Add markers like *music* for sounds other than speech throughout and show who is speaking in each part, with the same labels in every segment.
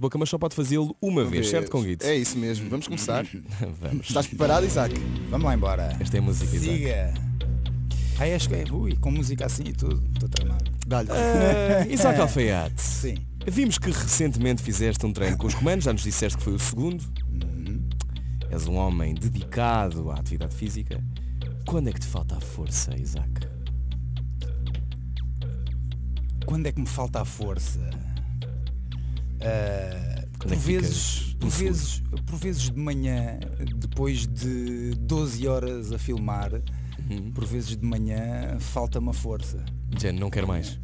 Speaker 1: Boca, mas só pode fazê-lo uma
Speaker 2: Um
Speaker 1: vez, certo, Conguito?
Speaker 3: É isso mesmo. Vamos começar.
Speaker 1: *laughs* Vamos.
Speaker 3: Estás preparado, Isaac?
Speaker 2: Vamos lá embora.
Speaker 1: Esta é a música, Isaac.
Speaker 2: Siga. Ai, acho que é. Ui, com música assim e tudo. Estou tramado.
Speaker 3: Dá-lhe.
Speaker 1: Ah,
Speaker 2: *laughs*
Speaker 1: Isaac Alfeiate.
Speaker 2: Sim.
Speaker 1: Vimos que recentemente fizeste um treino com os comandos, já nos disseste que foi o segundo.
Speaker 2: Uhum.
Speaker 1: És um homem dedicado à atividade física. Quando é que te falta a força, Isaac?
Speaker 2: Quando é que me falta a força? Ah,
Speaker 1: Quando
Speaker 2: por,
Speaker 1: é que ficas
Speaker 2: vezes, por,
Speaker 1: inseguro?
Speaker 2: vezes, por vezes de manhã, depois de 12 horas a filmar,
Speaker 1: Uhum.
Speaker 2: por vezes de manhã falta-me a força.
Speaker 1: Já não quero mais.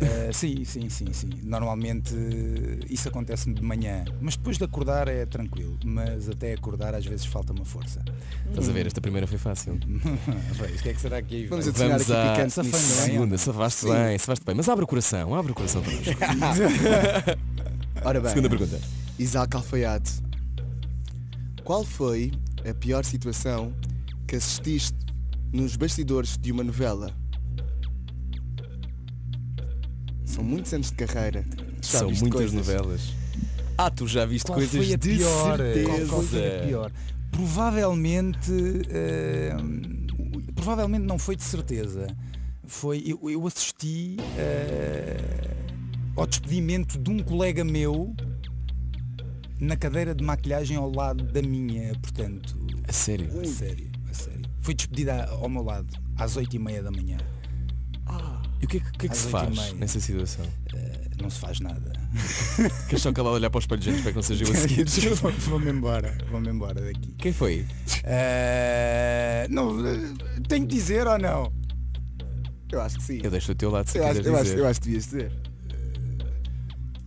Speaker 2: Ah, sim, sim, sim, sim. Normalmente eh, isso acontece de manhã, mas depois de acordar é tranquilo. Mas até acordar às vezes falta-me a força.
Speaker 1: Estás a ver, esta primeira foi
Speaker 2: *laughs*
Speaker 1: fácil.
Speaker 2: Bem, o que é que será que aí
Speaker 3: Vamos
Speaker 2: vem?
Speaker 3: adicionar
Speaker 1: Vamos
Speaker 3: aqui
Speaker 1: à
Speaker 3: picante.
Speaker 2: Safando
Speaker 3: nisso.
Speaker 2: bem.
Speaker 1: Segunda, safaste bem, safaste bem. Mas abre o coração, abre o coração para nós.
Speaker 3: Ora Tá bem.
Speaker 1: Segunda pergunta.
Speaker 3: Isaac Alfaiate. Qual foi a pior situação que assististe nos bastidores de uma novela? São muitos anos de carreira. Já
Speaker 1: São
Speaker 3: viste
Speaker 1: muitas
Speaker 3: coisas.
Speaker 1: novelas. Ah, tu já viste
Speaker 2: Qual
Speaker 1: coisas
Speaker 2: foi a
Speaker 1: de
Speaker 2: pior?
Speaker 1: certeza.
Speaker 2: Qual foi a pior? Provavelmente. eh, provavelmente não foi de certeza. Foi. Eu, eu assisti eh, ao despedimento de um colega meu na cadeira de maquilhagem ao lado da minha, portanto.
Speaker 1: A sério?
Speaker 2: A sério, a sério. Fui despedida ao meu lado, às 8h30 da manhã.
Speaker 1: E o que é que, o que é que
Speaker 2: Às
Speaker 1: se
Speaker 2: oito e
Speaker 1: faz
Speaker 2: meia.
Speaker 1: nessa situação?
Speaker 2: Eh, Não se faz nada.
Speaker 1: Queres só calado a olhar para os espelhos antes para que não seja eu a
Speaker 2: *laughs*
Speaker 1: seguir?
Speaker 2: Vou-me embora, vou-me embora daqui.
Speaker 1: Quem foi?
Speaker 2: Eh, não, eh, tenho que dizer ou não?
Speaker 3: Eu acho que sim.
Speaker 1: Eu deixo o teu lado se
Speaker 3: Eu acho,
Speaker 1: quiseres
Speaker 3: eu acho-
Speaker 1: dizer.
Speaker 3: eu acho que devias dizer.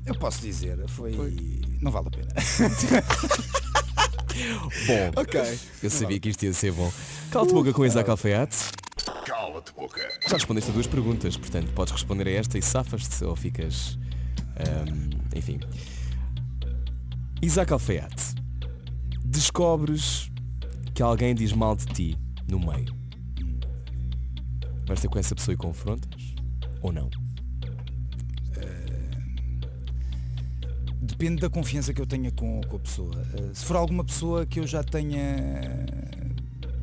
Speaker 2: Eu posso dizer, foi.
Speaker 3: Foi.
Speaker 2: Não vale a pena.
Speaker 1: Bom,
Speaker 3: Ok.
Speaker 1: eu sabia que isto ia ser bom. Cala-te boca com Isaac Alfaiate.
Speaker 4: Cala-te boca.
Speaker 1: Já respondeste a duas perguntas, portanto podes responder a esta e safas-te ou ficas. ahm, enfim. Isaac Alfaiate. Descobres que alguém diz mal de ti no meio. Vais ter com essa pessoa e confrontas? Ou não?
Speaker 2: *laughs* Depende da confiança que eu tenha com, com a pessoa. Eh, se for alguma pessoa que eu já tenha eh,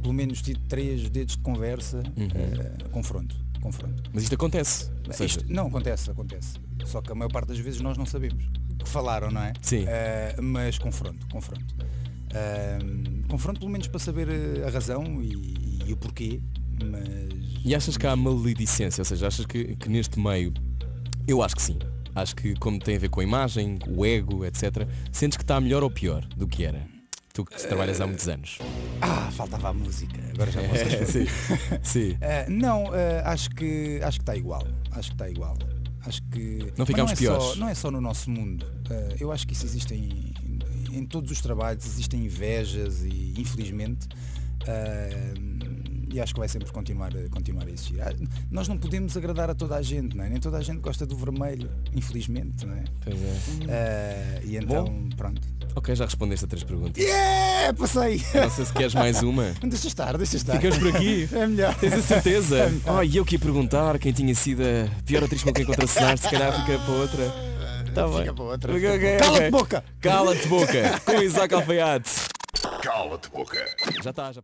Speaker 2: pelo menos tido três dedos de conversa, eh, confronto. Confronto.
Speaker 1: Mas isto acontece. Ou seja,
Speaker 2: Isto não acontece, acontece. Só que a maior parte das vezes nós não sabemos o que falaram, não é?
Speaker 1: Sim.
Speaker 2: Eh, mas confronto, confronto. Ah, confronto pelo menos para saber eh, a razão e, e o porquê, mas
Speaker 1: E achas que há maledicência? Ou seja, achas que, que neste meio, eu acho que sim. Acho que como tem a ver com a imagem, o ego, etc., sentes que está melhor ou pior do que era? Tu que trabalhas há muitos anos.
Speaker 2: Ah, faltava a música. Agora já *laughs* posso responder.
Speaker 1: sim. sim.
Speaker 2: Ah, não, ah, acho que acho que está igual. Acho que está igual. Acho que Mas
Speaker 1: ficamos
Speaker 2: não é Só,
Speaker 1: piores.
Speaker 2: não é só no nosso mundo. Ah, eu acho que isso existe em, em todos os trabalhos, existem invejas e infelizmente. ah, e acho que vai sempre continuar, a- continuar a existir. Ah, Nós não podemos agradar a toda a gente, não é? Nem toda a gente gosta do vermelho, infelizmente, não é?
Speaker 1: Pois é.
Speaker 2: Ah, e então, pronto.
Speaker 1: Ok, já respondeste a três perguntas.
Speaker 2: Yeah, passei! *laughs*
Speaker 1: Não sei se queres mais uma.
Speaker 2: Deixa estar, deixa estar.
Speaker 1: Ficamos por aqui.
Speaker 2: *laughs* É melhor. É
Speaker 1: Tens a
Speaker 2: *laughs*
Speaker 1: certeza? *laughs* Ai, eu que ia perguntar quem tinha sido a pior atriz com quem contracenar, se calhar fica para outra. Tá bem.
Speaker 2: para outra,
Speaker 1: Ok, ok, ok.
Speaker 2: Cala-te boca!
Speaker 1: *laughs* Cala-te boca! Com Isaac Alfaiate.
Speaker 4: Cala-te boca.
Speaker 1: Já está, já